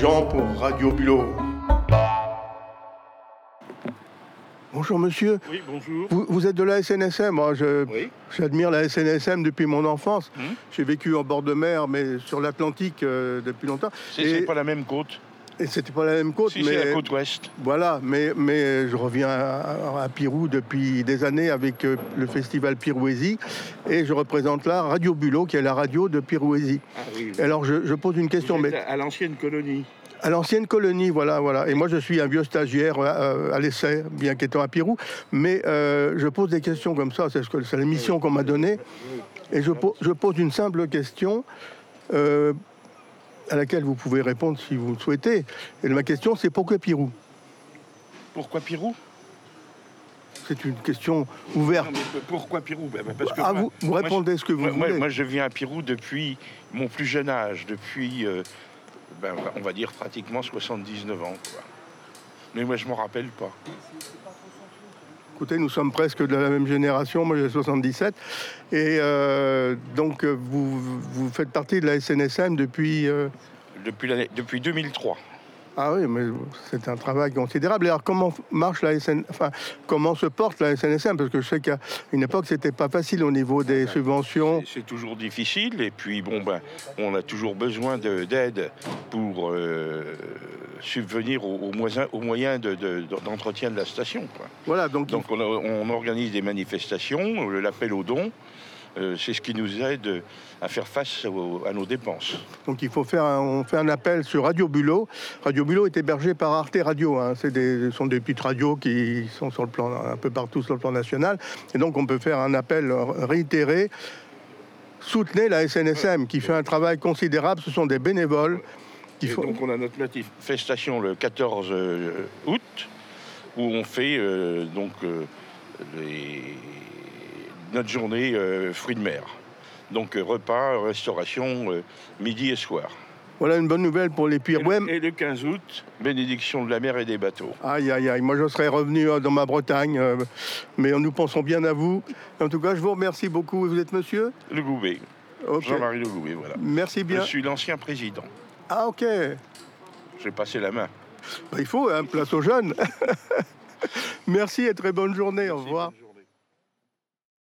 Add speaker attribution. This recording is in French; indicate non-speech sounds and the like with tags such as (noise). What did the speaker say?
Speaker 1: Jean pour Radio Bulot. Bonjour monsieur,
Speaker 2: Oui, bonjour.
Speaker 1: vous, vous êtes de la SNSM, moi hein, je,
Speaker 2: Oui.
Speaker 1: j'admire la SNSM depuis mon enfance.
Speaker 2: Hmm.
Speaker 1: J'ai vécu en bord de mer, mais sur l'Atlantique euh, depuis longtemps.
Speaker 2: C'est
Speaker 1: Et-
Speaker 2: c'est pas la même côte.
Speaker 1: Et c'était pas la même côte,
Speaker 2: Si,
Speaker 1: mais
Speaker 2: c'est la côte ouest.
Speaker 1: Voilà, mais, mais je reviens à, à Pirou depuis des années avec euh, le festival Pirouésie et je représente là Radio Bulot qui est la radio de Pirouésie.
Speaker 2: Ah oui.
Speaker 1: Alors je, je pose une question, mais
Speaker 2: à l'ancienne colonie.
Speaker 1: à l'ancienne colonie, voilà, voilà. Et moi je suis un vieux stagiaire euh, à l'essai, bien qu'étant à Pirou, mais euh, je pose des questions comme ça, c'est ce que- c'est la mission qu'on m'a donnée. Et je, po- je pose une simple question euh, à laquelle vous pouvez répondre si vous le souhaitez. Et ma question c'est pourquoi Pirou
Speaker 2: Pourquoi Pirou
Speaker 1: C'est une question ouverte.
Speaker 2: Non, mais p- Pourquoi Pirou Ben, ben, parce que
Speaker 1: Ah,
Speaker 2: moi-
Speaker 1: vous, vous
Speaker 2: moi,
Speaker 1: répondez ce que vous
Speaker 2: Moi, moi-
Speaker 1: voulez.
Speaker 2: moi, je viens à Pirou depuis mon plus jeune âge, depuis, euh, ben, on va dire, pratiquement 79 ans. quoi. Mais moi, je m'en rappelle pas.
Speaker 1: Écoutez, nous sommes presque de la même génération. Moi, j'ai 77. Et euh, donc, euh, vous, vous faites partie de la SNSM depuis. euh,
Speaker 2: Depuis, l'année- depuis 2003.
Speaker 1: Ah oui, mais c'est un travail considérable. Et Alors, comment marche la SN... enfin, comment se porte la SNSM Parce que je sais qu'à une époque, c'était pas facile au niveau des subventions.
Speaker 2: C'est toujours difficile et puis bon ben on a toujours besoin de- d'aide pour euh, subvenir aux, aux moisins- aux moyens de- de- d'entretien de, la station. quoi.
Speaker 1: Voilà, donc,
Speaker 2: Donc on, a- on organise des manifestations, le- l'appel aux dons, euh, c'est ce qui nous aide à faire face aux- à nos dépenses.
Speaker 1: donc il faut faire un, on fait un appel sur Radio Bulot. Radio Bulot est hébergé par Arte Radio. hein. C'est des, ce sont des petites radios qui sont sur le plan, un peu partout sur le plan national. Et donc on peut faire un appel réitéré. Soutenez la SNSM qui fait un travail considérable. Ce sont des bénévoles. Qui
Speaker 2: Et
Speaker 1: font...
Speaker 2: donc on a notre manifestation le 14 euh, août où on fait euh, donc euh, les- notre journée euh, fruits de mer. Donc euh, repas, restauration, euh, midi et soir.
Speaker 1: Voilà une bonne nouvelle pour les
Speaker 2: Et
Speaker 1: Pirouem.
Speaker 2: le, et le 15 août, bénédiction de la mer et des bateaux.
Speaker 1: Aïe, aïe, aïe. Moi, je serais revenu euh, dans ma Bretagne, euh, mais nous pensons bien à vous. En tout cas, je vous remercie beaucoup. Vous êtes monsieur
Speaker 2: Le Goubet,
Speaker 1: Ok.
Speaker 2: Jean-Marie Le Goubet, voilà.
Speaker 1: Merci bien.
Speaker 2: Je suis l'ancien président.
Speaker 1: Ah, ok.
Speaker 2: J'ai passé la main.
Speaker 1: Bah, il faut, hein, place aux jeunes. (laughs) Merci et très bonne journée. Au revoir.
Speaker 2: Merci, bonne journée.